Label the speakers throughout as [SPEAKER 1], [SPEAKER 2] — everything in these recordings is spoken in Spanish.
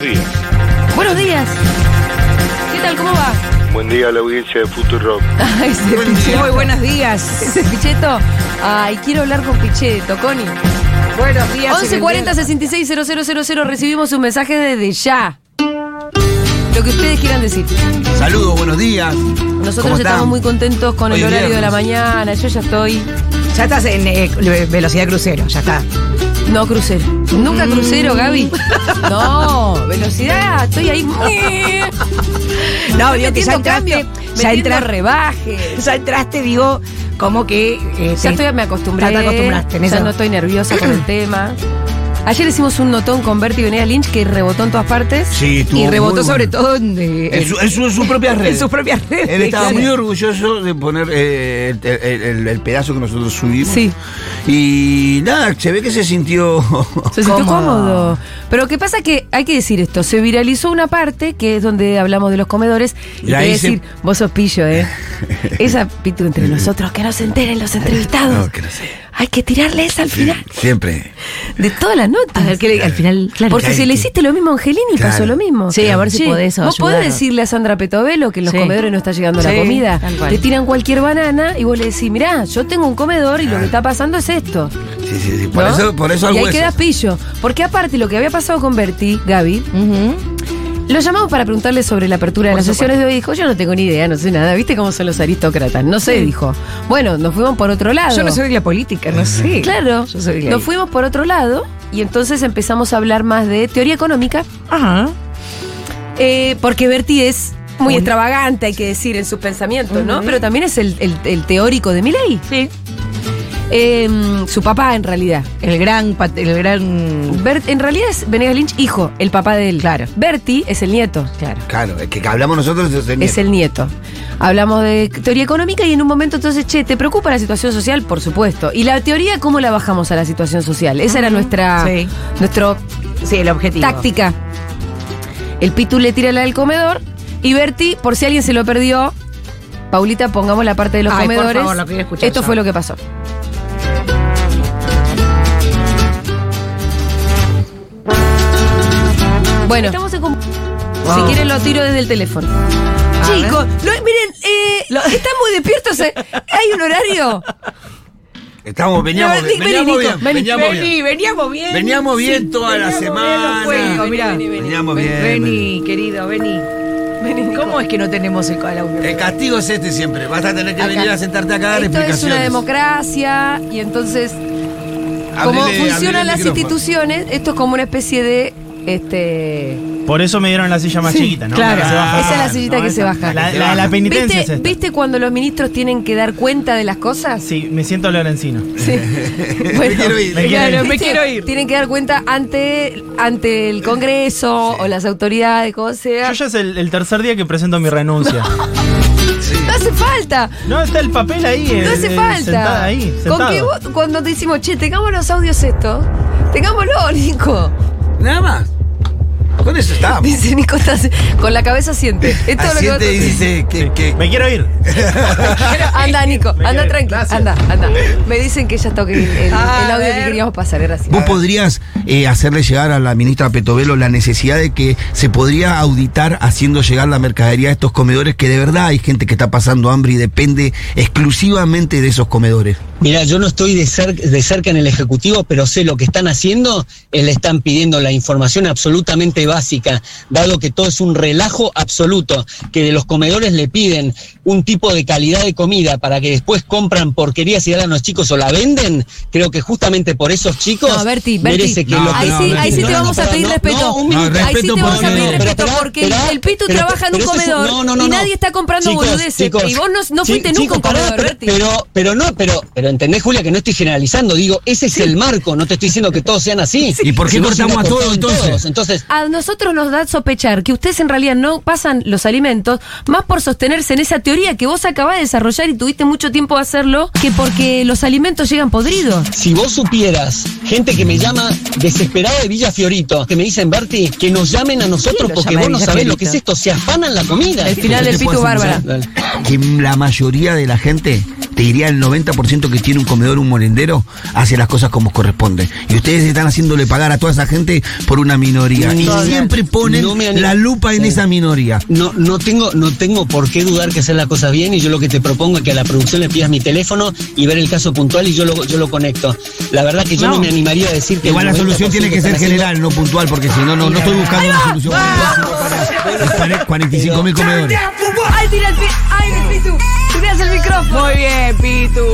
[SPEAKER 1] días.
[SPEAKER 2] Buenos días. ¿Qué tal? ¿Cómo va?
[SPEAKER 3] Buen día a la audiencia de Futuro Rock.
[SPEAKER 2] Ay, ese picheto.
[SPEAKER 4] Muy buenos días.
[SPEAKER 2] Ese picheto. Ay, quiero hablar con Picheto, Connie.
[SPEAKER 4] Buenos días.
[SPEAKER 2] 1140-660000 recibimos un mensaje desde ya. Lo que ustedes quieran decir.
[SPEAKER 5] Saludos, buenos días. ¿Cómo
[SPEAKER 2] Nosotros
[SPEAKER 5] están?
[SPEAKER 2] estamos muy contentos con
[SPEAKER 5] Hoy
[SPEAKER 2] el
[SPEAKER 5] es
[SPEAKER 2] horario de la
[SPEAKER 5] viernes.
[SPEAKER 2] mañana. Yo ya estoy.
[SPEAKER 4] Ya estás en eh, velocidad crucero, ya está.
[SPEAKER 2] No, crucero. Nunca crucero, Gaby. No, velocidad. Estoy ahí.
[SPEAKER 4] No, digo que
[SPEAKER 2] metiendo
[SPEAKER 4] ya entraste,
[SPEAKER 2] cambio.
[SPEAKER 4] ya,
[SPEAKER 2] metiendo
[SPEAKER 4] entra-
[SPEAKER 2] rebaje.
[SPEAKER 4] ya entraste, digo, como que... eh,
[SPEAKER 2] Ya
[SPEAKER 4] te-
[SPEAKER 2] estoy, me acostumbré.
[SPEAKER 4] Ya te acostumbraste en
[SPEAKER 2] ya
[SPEAKER 4] eso.
[SPEAKER 2] no estoy nerviosa con el tema. Ayer hicimos un notón con Berti Venera Lynch que rebotó en todas partes.
[SPEAKER 5] Sí, estuvo
[SPEAKER 4] y
[SPEAKER 5] muy
[SPEAKER 4] rebotó
[SPEAKER 5] bueno.
[SPEAKER 4] sobre todo en, eh,
[SPEAKER 5] En, su- en su- en sus propias
[SPEAKER 4] en
[SPEAKER 5] redes.
[SPEAKER 4] sus propias redes.
[SPEAKER 5] Él estaba
[SPEAKER 4] claro.
[SPEAKER 5] muy orgulloso de poner eh, el, el- el- el pedazo que nosotros subimos.
[SPEAKER 2] Sí.
[SPEAKER 5] Y nada, se ve que se sintió.
[SPEAKER 2] Se sintió
[SPEAKER 4] Cómodo.
[SPEAKER 2] cómodo. Pero lo que pasa que hay que decir esto, se viralizó una parte que es donde hablamos de los comedores y
[SPEAKER 5] La
[SPEAKER 2] te voy a
[SPEAKER 5] hice-
[SPEAKER 2] decir, vos sos pillo, ¿eh? Esa pitu entre nosotros, que no se enteren los entrevistados.
[SPEAKER 5] No, que no sé.
[SPEAKER 2] Hay que tirarle esa al final
[SPEAKER 5] Siempre.
[SPEAKER 2] de todas las notas.
[SPEAKER 4] A ver, que le- al final, claro.
[SPEAKER 2] Porque
[SPEAKER 5] Claro.
[SPEAKER 2] si le hiciste lo mismo a Angelini,
[SPEAKER 5] Claro.
[SPEAKER 2] pasó lo mismo.
[SPEAKER 4] Sí, a ver si podés
[SPEAKER 2] Vos podés
[SPEAKER 4] ayudar.
[SPEAKER 2] decirle a Sandra Petovelo que en los
[SPEAKER 4] Sí.
[SPEAKER 2] comedores no está llegando la
[SPEAKER 4] Sí,
[SPEAKER 2] comida.
[SPEAKER 4] tal cual.
[SPEAKER 2] Te tiran cualquier banana y vos le decís, mirá, yo tengo un comedor y lo que está pasando es esto.
[SPEAKER 5] Sí, sí, sí. Por
[SPEAKER 2] ¿no?
[SPEAKER 5] eso, por eso al
[SPEAKER 2] Y ahí
[SPEAKER 5] hueso.
[SPEAKER 2] quedas pillo. Porque aparte, lo que había pasado con Berti, Gaby, lo llamamos para preguntarle sobre la apertura de
[SPEAKER 4] Por
[SPEAKER 2] las sesiones de hoy. Dijo, yo no tengo ni idea, no sé nada. ¿Viste cómo son los aristócratas? No sé, dijo. Bueno, nos fuimos por otro lado.
[SPEAKER 4] Yo no soy de la política, no sé.
[SPEAKER 2] Claro,
[SPEAKER 4] Yo soy de la-
[SPEAKER 2] nos fuimos por otro lado y entonces empezamos a hablar más de teoría económica,
[SPEAKER 4] Ajá.
[SPEAKER 2] eh, porque Berti es muy
[SPEAKER 4] Un-
[SPEAKER 2] extravagante, hay que decir, en sus pensamientos, ¿no?
[SPEAKER 4] Ujú.
[SPEAKER 2] Pero también es el, el- el teórico de Milei,
[SPEAKER 4] Sí.
[SPEAKER 2] Em, su papá en realidad.
[SPEAKER 4] El gran... pat- El gran...
[SPEAKER 2] Bert- en realidad es Venegas Lynch hijo, el papá de él. Claro. Berti es el nieto. Claro.
[SPEAKER 5] Claro, el que hablamos nosotros es el
[SPEAKER 2] Es el nieto. Hablamos de teoría económica y en un momento entonces, che, ¿te preocupa la situación social? Por supuesto. ¿Y la teoría cómo la bajamos a la situación social? Esa era nuestra,
[SPEAKER 4] Sí.
[SPEAKER 2] nuestro
[SPEAKER 4] Sí, el objetivo.
[SPEAKER 2] Táctica. El Pitu le tira la del comedor y Berti, por si alguien se lo perdió, Paulita, pongamos la parte de los
[SPEAKER 4] Ay, por
[SPEAKER 2] comedores.
[SPEAKER 4] favor, lo quiero escuchar
[SPEAKER 2] Esto
[SPEAKER 4] yo.
[SPEAKER 2] fue lo que pasó. Bueno, si
[SPEAKER 4] Wow.
[SPEAKER 2] quieren lo tiro desde el teléfono.
[SPEAKER 4] A ver.
[SPEAKER 2] Chicos, lo- miren, eh, están muy despiertos. eh. Hay un horario.
[SPEAKER 5] Estamos, veníamos,
[SPEAKER 2] No, vení, vení,
[SPEAKER 5] veníamos
[SPEAKER 2] Nico,
[SPEAKER 5] bien.
[SPEAKER 2] vení,
[SPEAKER 5] veníamos bien.
[SPEAKER 4] Vení, veníamos bien.
[SPEAKER 5] Veníamos bien toda la semana.
[SPEAKER 4] Vení, mirá.
[SPEAKER 2] Vení,
[SPEAKER 4] vení,
[SPEAKER 5] Veníamos bien.
[SPEAKER 4] querido, vení. ¿Cómo es que no tenemos el audio?
[SPEAKER 5] El castigo es este siempre. Vas a tener que
[SPEAKER 2] Acá.
[SPEAKER 5] venir a sentarte acá a dar
[SPEAKER 2] Esto es una
[SPEAKER 5] explicaciones.
[SPEAKER 2] democracia y entonces como
[SPEAKER 5] Ábrele- ábrele
[SPEAKER 2] funcionan
[SPEAKER 5] el
[SPEAKER 2] las
[SPEAKER 5] micrófono.
[SPEAKER 2] instituciones, esto es como una especie de este
[SPEAKER 6] Por eso me dieron la silla más chiquita, ¿no?
[SPEAKER 4] claro.
[SPEAKER 6] La que se baja.
[SPEAKER 2] Esa es la sillita que se baja.
[SPEAKER 6] La, la de la penitencia
[SPEAKER 2] ¿Viste,
[SPEAKER 6] es esta.
[SPEAKER 2] viste cuando los ministros tienen que dar cuenta de las cosas?
[SPEAKER 6] Sí, me siento Lorencino.
[SPEAKER 2] Sí.
[SPEAKER 5] Me quiero ir.
[SPEAKER 6] Me quiero
[SPEAKER 2] claro,
[SPEAKER 6] ir.
[SPEAKER 4] Me quiero ir.
[SPEAKER 2] Tienen que dar cuenta ante, ante el Congreso o las autoridades, como sea.
[SPEAKER 6] Yo ya es el, el tercer día que presento mi renuncia.
[SPEAKER 2] No hace falta.
[SPEAKER 6] No, está el papel ahí. eh,
[SPEAKER 2] No hace
[SPEAKER 6] eh,
[SPEAKER 2] falta.
[SPEAKER 6] Sentada ahí,
[SPEAKER 2] Con
[SPEAKER 6] sentado.
[SPEAKER 2] que vos, cuando te decimos, che, tengamos los audios estos, tengámoslo, Nico.
[SPEAKER 5] Nada más. Con eso estábamos.
[SPEAKER 2] Dice Nico, estás- con la cabeza siente. Es todo lo que va a
[SPEAKER 5] Asiente y
[SPEAKER 2] decir.
[SPEAKER 5] dice que,
[SPEAKER 6] Sí.
[SPEAKER 5] que-
[SPEAKER 6] Me quiero ir.
[SPEAKER 2] Anda, Nico,
[SPEAKER 6] Me
[SPEAKER 2] anda
[SPEAKER 6] quedé.
[SPEAKER 2] tranquilo.
[SPEAKER 6] Gracias.
[SPEAKER 2] Anda, anda. Me dicen que ya toqué el, el-
[SPEAKER 4] A
[SPEAKER 2] el audio que
[SPEAKER 4] ver.
[SPEAKER 2] queríamos pasar, gracias.
[SPEAKER 5] Vos podrías eh, hacerle llegar a la ministra Petovelo la necesidad de que se podría auditar haciendo llegar la mercadería a estos comedores, que de verdad hay gente que está pasando hambre y depende exclusivamente de esos comedores.
[SPEAKER 7] Mira, yo no estoy de, cer- de cerca en el Ejecutivo, pero sé lo que están haciendo, eh, le están pidiendo la información absolutamente básica, dado que todo es un relajo absoluto, que de los comedores le piden un tipo de calidad de comida para que después compran porquerías y dan a los chicos o la venden, creo que justamente por esos chicos
[SPEAKER 2] No, Berti, Berti.
[SPEAKER 7] merece que
[SPEAKER 5] No,
[SPEAKER 7] lo que-
[SPEAKER 2] ahí sí,
[SPEAKER 5] no,
[SPEAKER 2] ahí sí
[SPEAKER 5] no,
[SPEAKER 2] te
[SPEAKER 5] no,
[SPEAKER 2] vamos a
[SPEAKER 7] pará,
[SPEAKER 2] pedir
[SPEAKER 7] no,
[SPEAKER 2] respeto.
[SPEAKER 7] no, un
[SPEAKER 2] ahí
[SPEAKER 7] minuto.
[SPEAKER 2] sí
[SPEAKER 5] respeto
[SPEAKER 2] te vamos a
[SPEAKER 5] porque-
[SPEAKER 2] pedir
[SPEAKER 5] no, no,
[SPEAKER 2] respeto
[SPEAKER 7] pero esperá,
[SPEAKER 2] porque
[SPEAKER 7] esperá,
[SPEAKER 2] el Pitu
[SPEAKER 7] pero-
[SPEAKER 2] trabaja en un
[SPEAKER 7] pero eso es-
[SPEAKER 2] comedor
[SPEAKER 7] no, no, no,
[SPEAKER 2] y
[SPEAKER 7] no.
[SPEAKER 2] nadie está comprando
[SPEAKER 7] Chicos,
[SPEAKER 2] boludeces.
[SPEAKER 7] chicos,
[SPEAKER 2] y vos no, no fuiste nunca
[SPEAKER 7] chi-
[SPEAKER 2] a un
[SPEAKER 7] chicos, pará,
[SPEAKER 2] comedor,
[SPEAKER 7] pero-
[SPEAKER 2] Berti.
[SPEAKER 7] Pero, pero no, pero, pero entendés, Julia, que no estoy generalizando. Digo, ese es el marco. No te estoy diciendo que todos sean así.
[SPEAKER 5] ¿Y por qué
[SPEAKER 7] Si vos
[SPEAKER 5] cortamos
[SPEAKER 7] hubieras
[SPEAKER 5] a todos,
[SPEAKER 7] cortado en
[SPEAKER 5] entonces?
[SPEAKER 7] Entonces,
[SPEAKER 2] a nosotros nos da sospechar que ustedes en realidad no pasan los alimentos más por sostenerse en esa teoría que vos acabás de desarrollar y tuviste mucho tiempo de hacerlo que porque los alimentos llegan podridos.
[SPEAKER 7] si vos supieras, gente que me llama desesperada de Villa Fiorito, que me dicen, Berti, que nos llamen a nosotros
[SPEAKER 4] lo
[SPEAKER 7] porque
[SPEAKER 4] llama
[SPEAKER 7] vos
[SPEAKER 4] de
[SPEAKER 7] no
[SPEAKER 4] Villa
[SPEAKER 7] sabés lo que es
[SPEAKER 4] Fiorito?
[SPEAKER 7] esto. Se afanan la comida.
[SPEAKER 2] El final del
[SPEAKER 5] te
[SPEAKER 2] Pitu
[SPEAKER 5] puedo
[SPEAKER 2] Bárbara.
[SPEAKER 7] Dale.
[SPEAKER 5] Que la mayoría de la gente te diría el 90% que tiene un comedor, un molendero, hace las cosas como corresponde. Y ustedes están haciéndole pagar a toda esa gente por una minoría. Y
[SPEAKER 7] No,
[SPEAKER 5] siempre ponen
[SPEAKER 7] no me animo.
[SPEAKER 5] la lupa en
[SPEAKER 7] Sí.
[SPEAKER 5] esa minoría.
[SPEAKER 7] No, no tengo, no tengo por qué dudar que hacer las cosas bien y yo lo que te propongo es que a la producción le pidas mi teléfono y ver el caso puntual y yo lo, yo lo conecto. La verdad que yo no,
[SPEAKER 6] No.
[SPEAKER 7] me animaría a decir que
[SPEAKER 5] Igual
[SPEAKER 7] el
[SPEAKER 5] la solución tiene que
[SPEAKER 7] 90%
[SPEAKER 5] ser
[SPEAKER 7] están haciendo-
[SPEAKER 5] general, no puntual, porque si no, no, no estoy buscando una solución puntual. 45 mil comedores.
[SPEAKER 2] ¡Ay, tira el pi- ¡Ay, Pitu! ¡Tiras el micrófono!
[SPEAKER 4] Muy bien, Pitu.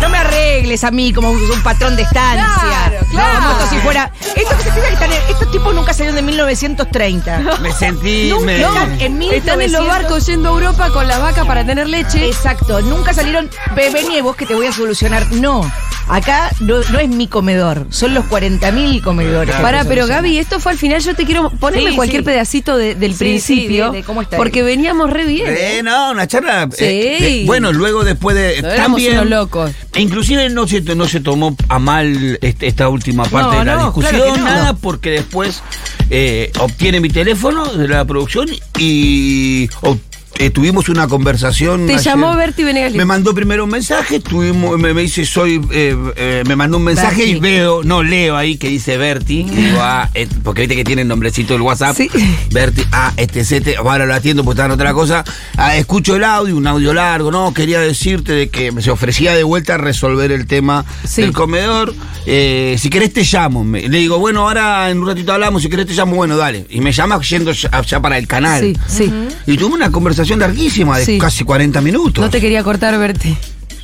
[SPEAKER 4] No me arregles a mí como un, un patrón de estancia.
[SPEAKER 2] Claro, claro.
[SPEAKER 4] No, como si fuera. Esto que se piensa que están en- estos tipos nunca salieron de 1930.
[SPEAKER 5] Me sentí. me-
[SPEAKER 4] Nunca en 1900.
[SPEAKER 2] Están en los barcos yendo a Europa con la vaca para tener leche.
[SPEAKER 4] Exacto, nunca salieron, "Ve, vení vos que te voy a solucionar. No, acá no, no es mi comedor, son los 40.000 comedores.
[SPEAKER 2] Pará, pero Gaby, esto fue al final. Yo te quiero ponerme
[SPEAKER 4] Sí,
[SPEAKER 2] cualquier
[SPEAKER 4] sí.
[SPEAKER 2] pedacito de- del
[SPEAKER 4] Sí,
[SPEAKER 2] principio.
[SPEAKER 4] sí, de- de cómo está
[SPEAKER 2] porque veníamos re bien.
[SPEAKER 5] Eh, no, una charla.
[SPEAKER 2] Sí.
[SPEAKER 5] eh, eh, bueno, luego después de.
[SPEAKER 2] No
[SPEAKER 5] también
[SPEAKER 2] éramos unos locos.
[SPEAKER 5] E Inclusive no se, no se tomó a mal este- esta última parte
[SPEAKER 4] No,
[SPEAKER 5] de la
[SPEAKER 4] no,
[SPEAKER 5] discusión,
[SPEAKER 4] claro que no.
[SPEAKER 5] nada, porque después eh, obtiene mi teléfono de la producción y ob- eh, tuvimos una conversación.
[SPEAKER 2] Te
[SPEAKER 5] ayer.
[SPEAKER 2] llamó Berti Venegas.
[SPEAKER 5] Me mandó primero un mensaje, tuvimos, me, me dice soy, eh, eh, me mandó un mensaje
[SPEAKER 4] Berti.
[SPEAKER 5] y veo, no leo ahí que dice Berti, y digo, ah, eh, porque viste que tiene el nombrecito del WhatsApp,
[SPEAKER 2] Sí.
[SPEAKER 5] Berti, ah, este sete, ahora lo atiendo porque está en otra cosa, Ah, escucho el audio, un audio largo, no, quería decirte de que se ofrecía de vuelta a resolver el tema
[SPEAKER 2] Sí.
[SPEAKER 5] del comedor, Eh, si querés te llamo, Me- le digo, bueno, ahora en un ratito hablamos, si querés te llamo, bueno, dale, y me llama yendo ya, ya para el canal.
[SPEAKER 2] Sí, sí.
[SPEAKER 5] Y tuvimos una conversación larguísima de
[SPEAKER 2] Sí.
[SPEAKER 5] casi 40 minutos.
[SPEAKER 2] No te quería cortar, Berti.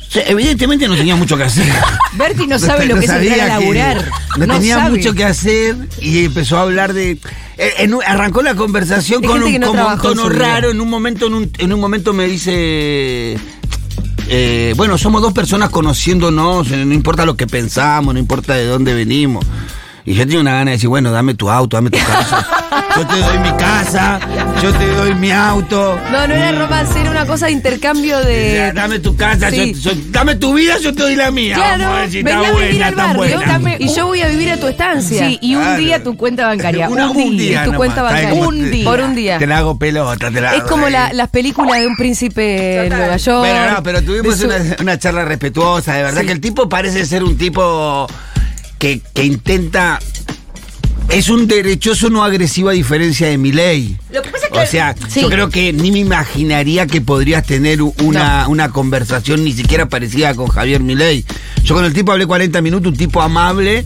[SPEAKER 5] Sí, evidentemente no tenía mucho que hacer.
[SPEAKER 4] Berti no sabe lo que es
[SPEAKER 5] sabía
[SPEAKER 4] entrar a
[SPEAKER 5] que-
[SPEAKER 4] laburar.
[SPEAKER 5] No, tenía
[SPEAKER 4] sabe.
[SPEAKER 5] mucho que hacer y empezó a hablar de. eh, en un- arrancó la conversación
[SPEAKER 2] Hay
[SPEAKER 5] con
[SPEAKER 2] gente
[SPEAKER 5] un,
[SPEAKER 2] que no
[SPEAKER 5] como un
[SPEAKER 2] trabajó en
[SPEAKER 5] tono
[SPEAKER 2] su vida.
[SPEAKER 5] raro. En un momento, en un, en un momento me dice. eh, bueno, somos dos personas conociéndonos, eh, no importa lo que pensamos, no importa de dónde venimos. Y yo tenía una gana de decir, bueno, dame tu auto, dame tu casa. yo te doy mi casa, yo te doy mi auto.
[SPEAKER 2] No, no era romance, era una cosa de intercambio
[SPEAKER 5] O sea,
[SPEAKER 2] de.
[SPEAKER 5] dame tu casa,
[SPEAKER 2] Eh, sí.
[SPEAKER 5] yo- yo- dame tu vida, yo te doy la mía. Vamos a
[SPEAKER 2] Claro,
[SPEAKER 5] ver si
[SPEAKER 2] ven
[SPEAKER 5] está
[SPEAKER 2] a vivir
[SPEAKER 5] buena,
[SPEAKER 2] al
[SPEAKER 5] tan
[SPEAKER 2] barrio
[SPEAKER 5] buena.
[SPEAKER 4] dame-
[SPEAKER 2] y yo voy a vivir a tu estancia.
[SPEAKER 4] Sí, y un
[SPEAKER 5] Claro.
[SPEAKER 4] día tu cuenta bancaria.
[SPEAKER 5] Una-
[SPEAKER 4] un día.
[SPEAKER 2] Y tu
[SPEAKER 5] nomás,
[SPEAKER 2] cuenta
[SPEAKER 5] ¿sabes
[SPEAKER 2] bancaria.
[SPEAKER 5] cómo
[SPEAKER 4] Un
[SPEAKER 5] te-
[SPEAKER 4] día.
[SPEAKER 2] Por un día.
[SPEAKER 5] Te la hago pelota, te la
[SPEAKER 2] Es
[SPEAKER 5] hago
[SPEAKER 2] como
[SPEAKER 5] ahí.
[SPEAKER 2] la- las películas de un príncipe en Nueva York.
[SPEAKER 5] Bueno, no, pero tuvimos
[SPEAKER 2] de su-
[SPEAKER 5] una, una charla respetuosa, de verdad que el tipo parece ser un tipo que, que intenta. Es un derechoso no agresivo a diferencia de mi ley.
[SPEAKER 4] Lo que pasa es que-
[SPEAKER 5] O sea,
[SPEAKER 2] Sí.
[SPEAKER 5] yo creo que ni me imaginaría que podrías tener u- una, una conversación ni siquiera parecida con Javier Milei. Yo con el tipo hablé 40 minutos, un tipo amable,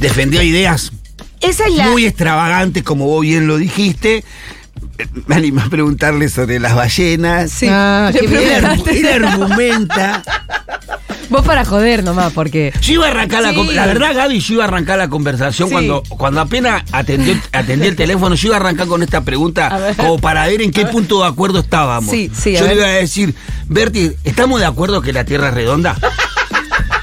[SPEAKER 5] defendió ideas
[SPEAKER 4] Esa es la.
[SPEAKER 5] muy extravagantes, como vos bien lo dijiste. Eh, Me animé a preguntarle sobre las ballenas.
[SPEAKER 2] Sí.
[SPEAKER 4] Ah,
[SPEAKER 2] Le
[SPEAKER 4] qué bien.
[SPEAKER 5] Él,
[SPEAKER 2] preguntaste.
[SPEAKER 5] argu- él argumenta.
[SPEAKER 2] Vos para joder nomás, porque.
[SPEAKER 5] Yo iba a arrancar la
[SPEAKER 2] Sí.
[SPEAKER 5] con- La verdad, Gaby, yo iba a arrancar la conversación
[SPEAKER 2] Sí.
[SPEAKER 5] cuando, cuando apenas atendió, atendí el teléfono, yo iba a arrancar con esta
[SPEAKER 2] A
[SPEAKER 5] pregunta
[SPEAKER 2] ver.
[SPEAKER 5] como para ver en qué punto de acuerdo estábamos.
[SPEAKER 2] Sí, sí, a
[SPEAKER 5] yo le
[SPEAKER 2] ver.
[SPEAKER 5] iba a decir, Berti, ¿estamos de acuerdo que la Tierra es redonda?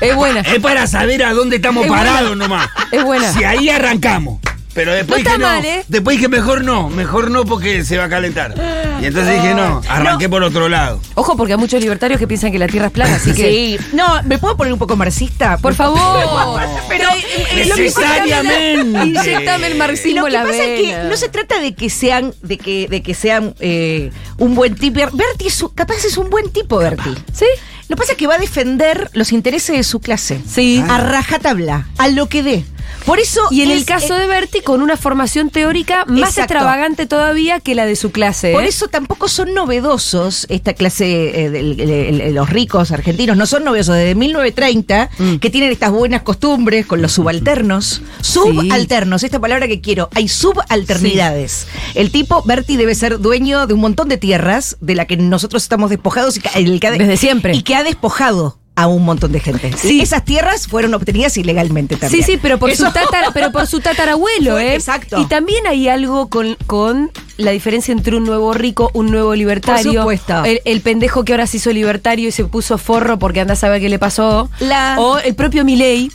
[SPEAKER 2] Es buena.
[SPEAKER 5] es para saber a dónde estamos
[SPEAKER 2] Es
[SPEAKER 5] parados
[SPEAKER 2] buena.
[SPEAKER 5] nomás.
[SPEAKER 2] Es buena.
[SPEAKER 5] Si ahí arrancamos. Pero
[SPEAKER 2] No
[SPEAKER 5] después dije
[SPEAKER 2] está
[SPEAKER 5] no.
[SPEAKER 2] mal, ¿eh?
[SPEAKER 5] Después dije mejor no, mejor no porque se va a calentar. Y entonces dije no, arranqué por otro lado.
[SPEAKER 2] Ojo, porque hay muchos libertarios que piensan que la tierra es plana, así que.
[SPEAKER 4] Sí. No, ¿me puedo poner un poco marxista?
[SPEAKER 2] Por favor.
[SPEAKER 4] Pero eh, lo que pasa es que-
[SPEAKER 5] Necesariamente.
[SPEAKER 2] Inyectame el
[SPEAKER 4] Y lo
[SPEAKER 2] marxismo
[SPEAKER 4] que
[SPEAKER 2] en la
[SPEAKER 4] pasa es que
[SPEAKER 2] vena.
[SPEAKER 4] no se trata de que sean, de que, de que sean eh, un buen tipo. Berti es, un- capaz es un buen tipo, Berti.
[SPEAKER 2] ¿Sí?
[SPEAKER 4] Lo que pasa es que va a defender los intereses de su clase.
[SPEAKER 2] Sí.
[SPEAKER 4] A rajatabla, a lo que dé. Por eso.
[SPEAKER 2] Y en
[SPEAKER 4] es-
[SPEAKER 2] el caso
[SPEAKER 4] eh,
[SPEAKER 2] de Berti, con una formación teórica más
[SPEAKER 4] Exacto.
[SPEAKER 2] extravagante todavía que la de su clase. ¿eh?
[SPEAKER 4] Por eso tampoco son novedosos esta clase, eh, del- el- el- los ricos argentinos, no son novedosos. Desde 1930,
[SPEAKER 2] Mm.
[SPEAKER 4] que tienen estas buenas costumbres con los subalternos. Subalternos, esta palabra que quiero. Hay subalternidades. El tipo, Berti, debe ser dueño de un montón de tierras de la que nosotros estamos despojados y que, el que ha de-
[SPEAKER 2] Desde siempre.
[SPEAKER 4] Y que ha despojado a un montón de gente.
[SPEAKER 2] Sí.
[SPEAKER 4] Esas tierras fueron obtenidas ilegalmente
[SPEAKER 2] Sí,
[SPEAKER 4] también.
[SPEAKER 2] sí, pero por, su
[SPEAKER 4] Eso-
[SPEAKER 2] tatara- pero por su tatarabuelo,
[SPEAKER 4] Fue-
[SPEAKER 2] ¿eh?
[SPEAKER 4] exacto.
[SPEAKER 2] Y también hay algo con, con la diferencia entre un nuevo rico, un nuevo libertario.
[SPEAKER 4] Por supuesto.
[SPEAKER 2] El, el pendejo que ahora se hizo libertario y se puso forro porque anda a saber qué le pasó.
[SPEAKER 4] La-
[SPEAKER 2] O el propio Milei,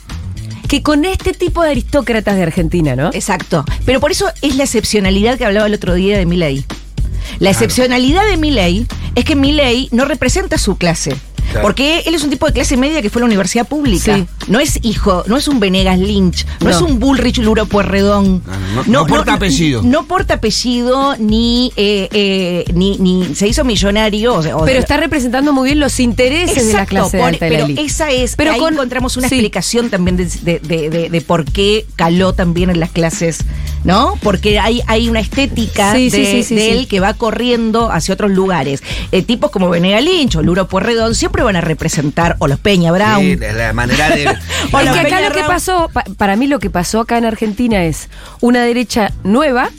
[SPEAKER 2] que con este tipo de aristócratas de Argentina, ¿no?
[SPEAKER 4] Exacto. Pero por eso es la excepcionalidad que hablaba el otro día de Milei. La excepcionalidad de Milei es que Milei no representa su clase.
[SPEAKER 5] Claro.
[SPEAKER 4] Porque él es un tipo de clase media que fue a la universidad pública.
[SPEAKER 2] Sí.
[SPEAKER 4] No es hijo, no es un Venegas Lynch,
[SPEAKER 2] No.
[SPEAKER 4] no, es un Bullrich Luro Puerredón.
[SPEAKER 5] Ah, No, no, no porta apellido.
[SPEAKER 4] No, porta apellido ni, eh, eh, ni, ni se hizo millonario. o sea, o-
[SPEAKER 2] Pero está representando muy bien los intereses de la
[SPEAKER 4] Exacto,
[SPEAKER 2] clase
[SPEAKER 4] por-
[SPEAKER 2] alta de la
[SPEAKER 4] pero
[SPEAKER 2] elite.
[SPEAKER 4] esa es
[SPEAKER 2] Pero
[SPEAKER 4] ahí
[SPEAKER 2] con-
[SPEAKER 4] encontramos una
[SPEAKER 2] sí.
[SPEAKER 4] explicación también de, de- de- de- de por qué caló también en las clases no porque hay hay una estética
[SPEAKER 2] Sí,
[SPEAKER 4] de,
[SPEAKER 2] sí, sí, sí,
[SPEAKER 4] de él
[SPEAKER 2] sí.
[SPEAKER 4] que va corriendo hacia otros lugares Eh, tipos como Venega Lynch o Luro Puerredón siempre van a representar o los Peña Brown
[SPEAKER 5] Sí, la, la manera de.
[SPEAKER 4] Hola,
[SPEAKER 2] es que acá
[SPEAKER 4] Peña
[SPEAKER 2] lo que
[SPEAKER 4] Raúl.
[SPEAKER 2] pasó, pa- para mí lo que pasó acá en Argentina es una derecha nueva,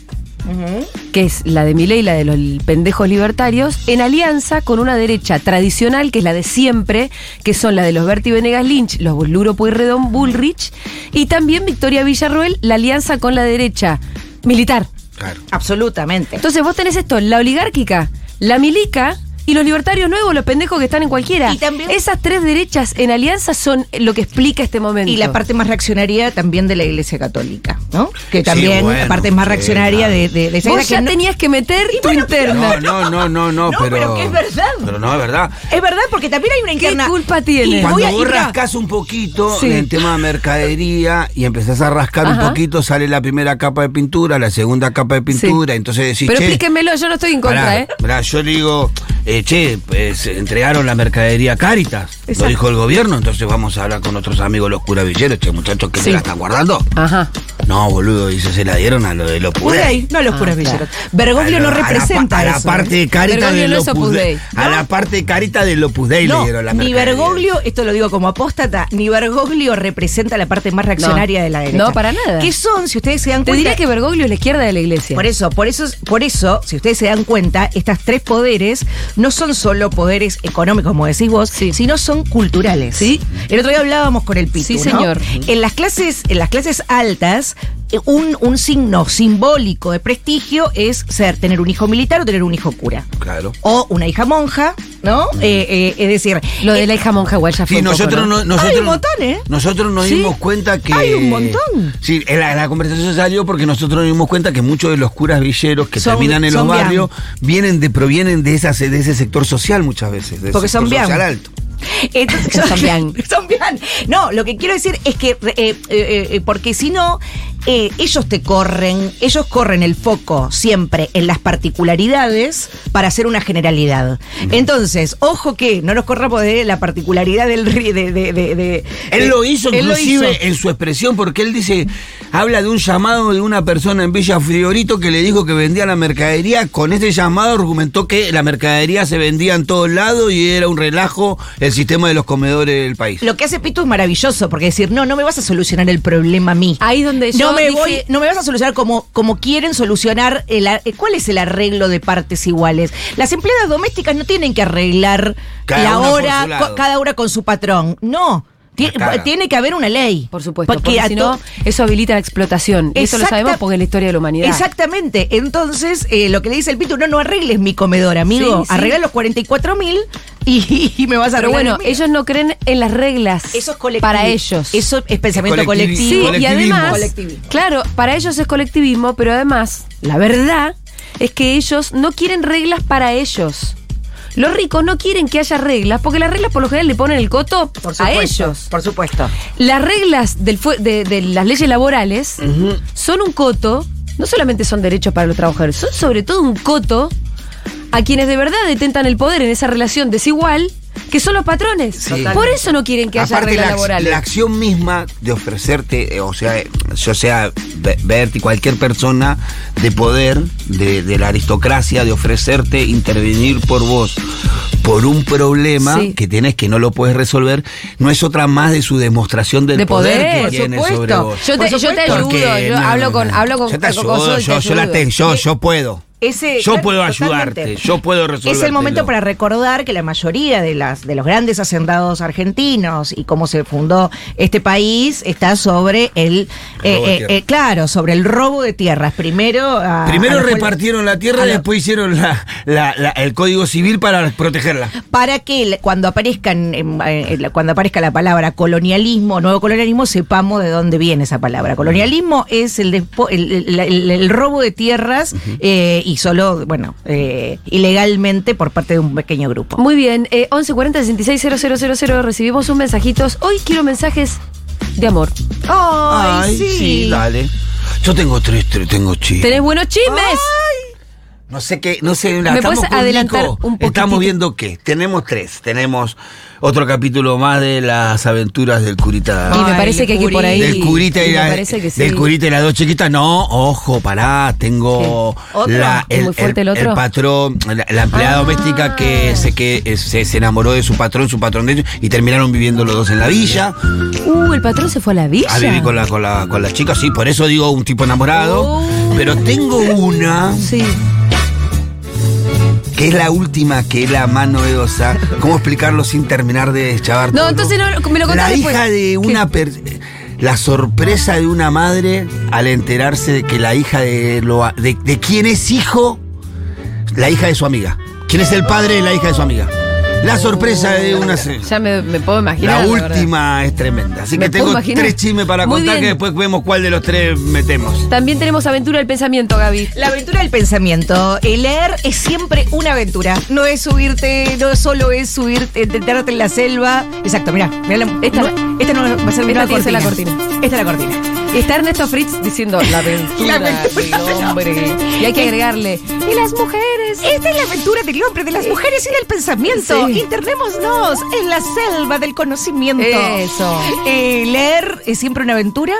[SPEAKER 2] que es la de Milei, la de los l- pendejos libertarios, en alianza con una derecha tradicional, que es la de siempre, que son la de los Berti Venegas Lynch, los Luro Pueyrredón Bullrich, y también Victoria Villarroel, la alianza con la derecha militar.
[SPEAKER 5] Claro.
[SPEAKER 4] absolutamente
[SPEAKER 2] Entonces vos tenés esto, la oligárquica, la milica y los libertarios nuevos, los pendejos que están en cualquiera.
[SPEAKER 4] Y también-
[SPEAKER 2] Esas tres derechas en alianza son lo que explica este momento.
[SPEAKER 4] y la parte más reaccionaria también de la Iglesia Católica, ¿no? Que también
[SPEAKER 5] bueno,
[SPEAKER 4] la parte más
[SPEAKER 5] sí,
[SPEAKER 4] reaccionaria
[SPEAKER 5] claro.
[SPEAKER 4] de, de, de esa
[SPEAKER 2] Vos
[SPEAKER 4] idea que
[SPEAKER 2] ya
[SPEAKER 4] no-
[SPEAKER 2] tenías que meter tu interna.
[SPEAKER 5] No, no, no, no, no,
[SPEAKER 4] No,
[SPEAKER 5] pero.
[SPEAKER 4] pero que es verdad.
[SPEAKER 5] Pero no, es verdad.
[SPEAKER 4] Es verdad, porque también hay una
[SPEAKER 2] ¿Qué
[SPEAKER 4] interna.
[SPEAKER 2] culpa tiene? Voy
[SPEAKER 4] Y
[SPEAKER 5] Cuando
[SPEAKER 4] a-
[SPEAKER 5] vos
[SPEAKER 4] y mira,
[SPEAKER 5] rascás un poquito
[SPEAKER 2] Sí.
[SPEAKER 5] en el tema de mercadería y empezás a rascar un
[SPEAKER 2] Ajá.
[SPEAKER 5] poquito, sale la primera capa de pintura, la segunda capa de pintura,
[SPEAKER 2] Sí.
[SPEAKER 5] entonces decís,
[SPEAKER 2] Pero
[SPEAKER 5] che,
[SPEAKER 2] explíquenmelo, yo no estoy en contra,
[SPEAKER 5] pará,
[SPEAKER 2] ¿eh?
[SPEAKER 5] pará, yo le digo, eh, che, eh, se entregaron la mercadería a Cáritas,
[SPEAKER 4] Exacto.
[SPEAKER 5] lo dijo el gobierno, entonces vamos a hablar con nuestros amigos los curavilleros, che, muchachos, que
[SPEAKER 2] Sí.
[SPEAKER 5] se la están guardando.
[SPEAKER 2] Ajá.
[SPEAKER 5] No, boludo, dice, se la dieron a lo de los
[SPEAKER 4] Opus
[SPEAKER 5] Pudey.
[SPEAKER 4] Dei, no a los
[SPEAKER 2] Ah,
[SPEAKER 4] puros
[SPEAKER 2] claro.
[SPEAKER 4] villeros. Bergoglio no
[SPEAKER 5] A la-
[SPEAKER 4] representa
[SPEAKER 5] a la,
[SPEAKER 4] eso,
[SPEAKER 5] parte
[SPEAKER 4] ¿eh?
[SPEAKER 5] de carita
[SPEAKER 2] Bergoglio
[SPEAKER 5] del
[SPEAKER 2] no es
[SPEAKER 5] Opus
[SPEAKER 2] Opus
[SPEAKER 5] Dei.
[SPEAKER 2] Dei,
[SPEAKER 5] A
[SPEAKER 2] ¿no?
[SPEAKER 5] la parte de carita del Opus Dei le
[SPEAKER 4] No,
[SPEAKER 5] dieron la
[SPEAKER 4] ni
[SPEAKER 5] mercadería.
[SPEAKER 4] Bergoglio, esto lo digo como apóstata, ni Bergoglio representa la parte más reaccionaria
[SPEAKER 2] No.
[SPEAKER 4] de la derecha.
[SPEAKER 2] No, para nada.
[SPEAKER 4] ¿Qué son, si ustedes se dan
[SPEAKER 2] Te
[SPEAKER 4] cuenta?
[SPEAKER 2] diría que Bergoglio es la izquierda de la iglesia.
[SPEAKER 4] Por eso, por eso, por eso, si ustedes se dan cuenta, estas tres poderes no son solo poderes económicos, como decís vos,
[SPEAKER 2] Sí.
[SPEAKER 4] sino son culturales.
[SPEAKER 2] Sí.
[SPEAKER 4] El otro día hablábamos con el Pitu,
[SPEAKER 2] Sí,
[SPEAKER 4] ¿no?
[SPEAKER 2] señor.
[SPEAKER 4] En las clases, en las clases altas, eh, un, un signo simbólico de prestigio es ser tener un hijo militar o tener un hijo cura.
[SPEAKER 5] Claro.
[SPEAKER 4] O una hija monja, ¿no? Eh, eh, es decir,
[SPEAKER 2] Mm. Lo de la hija monja igual ya fue.
[SPEAKER 5] Sí,
[SPEAKER 2] un poco,
[SPEAKER 5] nosotros,
[SPEAKER 2] ¿no?
[SPEAKER 5] no- nosotros,
[SPEAKER 4] Hay un montón, ¿eh?
[SPEAKER 5] Nosotros nos
[SPEAKER 4] Sí.
[SPEAKER 5] dimos cuenta que.
[SPEAKER 4] Hay un montón.
[SPEAKER 5] Sí, en la, la conversación salió porque nosotros nos dimos cuenta que muchos de los curas villeros que
[SPEAKER 4] Son-
[SPEAKER 5] terminan en los
[SPEAKER 4] son bien.
[SPEAKER 5] barrios vienen de, provienen de, esas, de ese sector social muchas veces. del
[SPEAKER 4] Porque son
[SPEAKER 5] sector
[SPEAKER 4] bien.
[SPEAKER 5] social alto.
[SPEAKER 4] Entonces-
[SPEAKER 2] Son bien.
[SPEAKER 4] Son bien. No, lo que quiero decir es que, eh, eh, eh, porque si no, eh, ellos te corren, ellos corren el foco siempre en las particularidades para hacer una generalidad.
[SPEAKER 2] Mm.
[SPEAKER 4] Entonces, ojo que no nos corramos de la particularidad del... ri- De, de- de- de-
[SPEAKER 5] Él lo hizo
[SPEAKER 4] Eh, Él lo
[SPEAKER 5] inclusive
[SPEAKER 4] hizo.
[SPEAKER 5] en su expresión porque él dice, habla de un llamado de una persona en Villa Fiorito que le dijo que vendía la mercadería, con ese llamado argumentó que la mercadería se vendía en todos lados y era un relajo el sistema de los comedores del país.
[SPEAKER 4] Lo que hace Pitu es maravilloso, porque decir, no, no me vas a solucionar el problema a mí.
[SPEAKER 2] Ahí donde yo
[SPEAKER 4] no me
[SPEAKER 2] dije-
[SPEAKER 4] voy, no me vas a solucionar como, como quieren solucionar el ar- eh, cuál es el arreglo de partes iguales. Las empleadas domésticas no tienen que arreglar
[SPEAKER 5] Cada
[SPEAKER 4] la
[SPEAKER 5] una por
[SPEAKER 4] hora,
[SPEAKER 5] su lado.
[SPEAKER 4] co- cada hora con su patrón. No. Ti-
[SPEAKER 5] La cara.
[SPEAKER 4] Tiene que haber una ley.
[SPEAKER 2] Por supuesto, porque,
[SPEAKER 4] a
[SPEAKER 2] si
[SPEAKER 4] to-
[SPEAKER 2] no, eso habilita la explotación. Y eso lo
[SPEAKER 4] Exacta-
[SPEAKER 2] sabemos porque es la historia de la humanidad.
[SPEAKER 4] Exactamente. Entonces, eh, lo que le dice el Pitu, no, no arregles mi comedor, amigo.
[SPEAKER 2] Sí, sí.
[SPEAKER 4] Arregla los 44 mil y, y me vas a
[SPEAKER 2] Pero
[SPEAKER 4] arreglar.
[SPEAKER 2] bueno,
[SPEAKER 4] el mío.
[SPEAKER 2] ellos no creen en las reglas.
[SPEAKER 4] Eso es colectivo.
[SPEAKER 2] Para ellos.
[SPEAKER 4] Eso es pensamiento
[SPEAKER 5] Colectivi-
[SPEAKER 4] colectivo.
[SPEAKER 2] Sí, y
[SPEAKER 5] Colectivismo.
[SPEAKER 2] además,
[SPEAKER 4] Colectivismo.
[SPEAKER 2] claro, para ellos es colectivismo, pero además, la verdad es que ellos no quieren reglas para ellos. Los ricos no quieren que haya reglas, porque las reglas por lo general le ponen el coto
[SPEAKER 4] Por supuesto,
[SPEAKER 2] a ellos.
[SPEAKER 4] Por supuesto.
[SPEAKER 2] Las reglas del fue- de, de las leyes laborales son un coto, no solamente son derechos para los trabajadores, son sobre todo un coto a quienes de verdad detentan el poder en esa relación desigual, que son los patrones.
[SPEAKER 5] Totalmente.
[SPEAKER 2] Por eso no quieren que haya
[SPEAKER 5] Aparte,
[SPEAKER 2] reglas
[SPEAKER 5] la, ac-
[SPEAKER 2] laborales.
[SPEAKER 5] la acción misma de ofrecerte, eh, o sea, eh, yo sea Be- Berti, cualquier persona de poder, de, de la aristocracia, de ofrecerte intervenir por vos por un problema
[SPEAKER 2] Sí.
[SPEAKER 5] que tenés que no lo puedes resolver, no es otra más de su demostración del
[SPEAKER 2] De
[SPEAKER 5] poder,
[SPEAKER 2] poder,
[SPEAKER 5] que
[SPEAKER 2] por
[SPEAKER 5] tiene
[SPEAKER 4] supuesto.
[SPEAKER 5] sobre vos.
[SPEAKER 2] Yo te,
[SPEAKER 4] Por
[SPEAKER 2] yo te
[SPEAKER 4] supuesto.
[SPEAKER 2] ayudo,
[SPEAKER 5] Porque,
[SPEAKER 2] yo
[SPEAKER 5] no,
[SPEAKER 2] hablo
[SPEAKER 5] no,
[SPEAKER 2] con,
[SPEAKER 5] no.
[SPEAKER 2] hablo con,
[SPEAKER 5] Yo
[SPEAKER 2] con
[SPEAKER 5] te ayudo,
[SPEAKER 2] consulta,
[SPEAKER 5] yo, yo
[SPEAKER 2] te
[SPEAKER 5] la
[SPEAKER 2] ayudo. Eh,
[SPEAKER 5] tengo, yo, yo puedo.
[SPEAKER 4] Ese-
[SPEAKER 5] yo
[SPEAKER 4] claro,
[SPEAKER 5] puedo
[SPEAKER 4] totalmente.
[SPEAKER 5] ayudarte, yo puedo resolver.
[SPEAKER 4] Es el momento para recordar que la mayoría de las de los grandes hacendados argentinos y cómo se fundó este país está sobre el
[SPEAKER 5] robo de
[SPEAKER 4] eh, eh,
[SPEAKER 5] tierras.
[SPEAKER 4] eh, claro sobre el robo de tierras primero a- a
[SPEAKER 5] Primero
[SPEAKER 4] los pueblos-
[SPEAKER 5] repartieron la tierra
[SPEAKER 4] a
[SPEAKER 5] y
[SPEAKER 4] los-
[SPEAKER 5] después hicieron la- la- la- el código civil para protegerla.
[SPEAKER 4] para que le- cuando aparezcan em, eh, eh, cuando aparezca la palabra colonialismo nuevo colonialismo sepamos de dónde viene esa palabra colonialismo es el despo- el, el- el- el robo de tierras eh, y, y solo, bueno, eh, ilegalmente por parte de un pequeño grupo.
[SPEAKER 2] Muy bien, eh, 1140-660000, recibimos sus mensajitos. Hoy quiero mensajes de amor.
[SPEAKER 4] Ay, sí.
[SPEAKER 5] dale. Yo tengo tres, tres tengo chistes.
[SPEAKER 2] ¿Tenés buenos chismes?
[SPEAKER 5] No sé qué, no sé, la
[SPEAKER 2] ¿Me
[SPEAKER 5] estamos
[SPEAKER 2] puedes
[SPEAKER 5] con
[SPEAKER 2] adelantar
[SPEAKER 5] Nico,
[SPEAKER 2] un poquitito?
[SPEAKER 5] Estamos viendo qué. Tenemos tres. Tenemos otro capítulo más de las aventuras del curita.
[SPEAKER 2] Y me
[SPEAKER 4] Ay,
[SPEAKER 2] parece que hay que ir por ahí.
[SPEAKER 5] del curita y,
[SPEAKER 2] me
[SPEAKER 5] la-
[SPEAKER 2] parece que sí.
[SPEAKER 5] del curita y las dos chiquitas. No, ojo, pará, tengo
[SPEAKER 2] ¿Qué? ¿Otro?
[SPEAKER 5] la-
[SPEAKER 2] ¿Es
[SPEAKER 5] el,
[SPEAKER 2] muy fuerte
[SPEAKER 5] el-
[SPEAKER 2] el otro?
[SPEAKER 5] el patrón, la, la empleada
[SPEAKER 2] Ah.
[SPEAKER 5] doméstica que se que eh, se, se enamoró de su patrón, su patrón de ellos, y terminaron viviendo los dos en la villa,
[SPEAKER 2] Uh, el patrón se fue a la villa.
[SPEAKER 5] a vivir Ah, con la, con la, con la chica, sí, por eso digo un tipo enamorado.
[SPEAKER 2] Oh.
[SPEAKER 5] Pero tengo una.
[SPEAKER 2] Sí.
[SPEAKER 5] que es la última, que es la más novedosa. ¿Cómo explicarlo sin terminar de chavar
[SPEAKER 2] No, entonces no, me lo contás
[SPEAKER 5] La
[SPEAKER 2] después.
[SPEAKER 5] hija de una... per- La sorpresa de una madre al enterarse de que la hija de, lo, de, de quién es hijo, la hija de su amiga. ¿Quién es el padre de la hija de su amiga? La sorpresa de una...
[SPEAKER 2] Ya me, me puedo imaginar.
[SPEAKER 5] La
[SPEAKER 2] verdad.
[SPEAKER 5] última es tremenda. Así
[SPEAKER 2] Me
[SPEAKER 5] que
[SPEAKER 2] puedo
[SPEAKER 5] tengo
[SPEAKER 2] imaginar.
[SPEAKER 5] tres chismes para
[SPEAKER 2] Muy
[SPEAKER 5] contar
[SPEAKER 2] bien.
[SPEAKER 5] que después vemos cuál de los tres metemos.
[SPEAKER 2] También tenemos aventura del pensamiento, Gaby.
[SPEAKER 4] La aventura del pensamiento. El leer es siempre una aventura. No es subirte, no solo es subirte, enterarte en la selva. Exacto, mirá. mirá la-
[SPEAKER 2] Esta-
[SPEAKER 4] no, esta no va a ser
[SPEAKER 2] esta
[SPEAKER 4] mirá
[SPEAKER 2] tiene que ser la
[SPEAKER 4] Esta es la cortina.
[SPEAKER 2] Está Ernesto Fritz diciendo la aventura,
[SPEAKER 4] La aventura
[SPEAKER 2] del hombre. Y hay que agregarle. Y las mujeres.
[SPEAKER 4] Esta es la aventura del hombre, de las mujeres y del pensamiento.
[SPEAKER 2] Sí.
[SPEAKER 4] Internémonos en la selva del conocimiento.
[SPEAKER 2] Eso.
[SPEAKER 4] Eh, leer es siempre una aventura.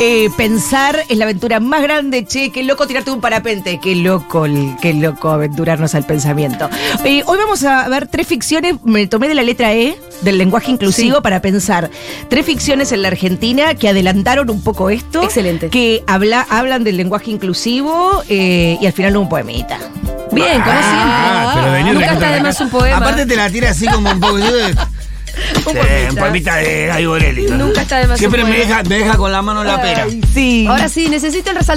[SPEAKER 4] Eh, pensar es la aventura más grande. Che, qué loco tirarte un parapente. Qué loco, el- qué loco aventurarnos al pensamiento. Eh, hoy vamos a ver tres ficciones. Me tomé de la letra E, del lenguaje inclusivo, para pensar. Tres ficciones en la Argentina que adelantaron un poco esto.
[SPEAKER 2] Excelente.
[SPEAKER 4] Que habla, hablan del lenguaje inclusivo eh, y al final un poemita.
[SPEAKER 2] Bien, como
[SPEAKER 5] Ah, pero
[SPEAKER 2] siempre.
[SPEAKER 5] venir
[SPEAKER 2] Nunca
[SPEAKER 5] recontra
[SPEAKER 2] está de
[SPEAKER 5] la
[SPEAKER 2] más
[SPEAKER 5] cara.
[SPEAKER 2] un poema.
[SPEAKER 5] Aparte te la tira así como un poco. Eh, un poemita de Gaby Borelli.
[SPEAKER 2] Nunca está de más un
[SPEAKER 5] Siempre me
[SPEAKER 2] poema.
[SPEAKER 5] deja, me deja con la mano en la pera.
[SPEAKER 4] Sí.
[SPEAKER 2] Ahora sí, necesito el resaltador.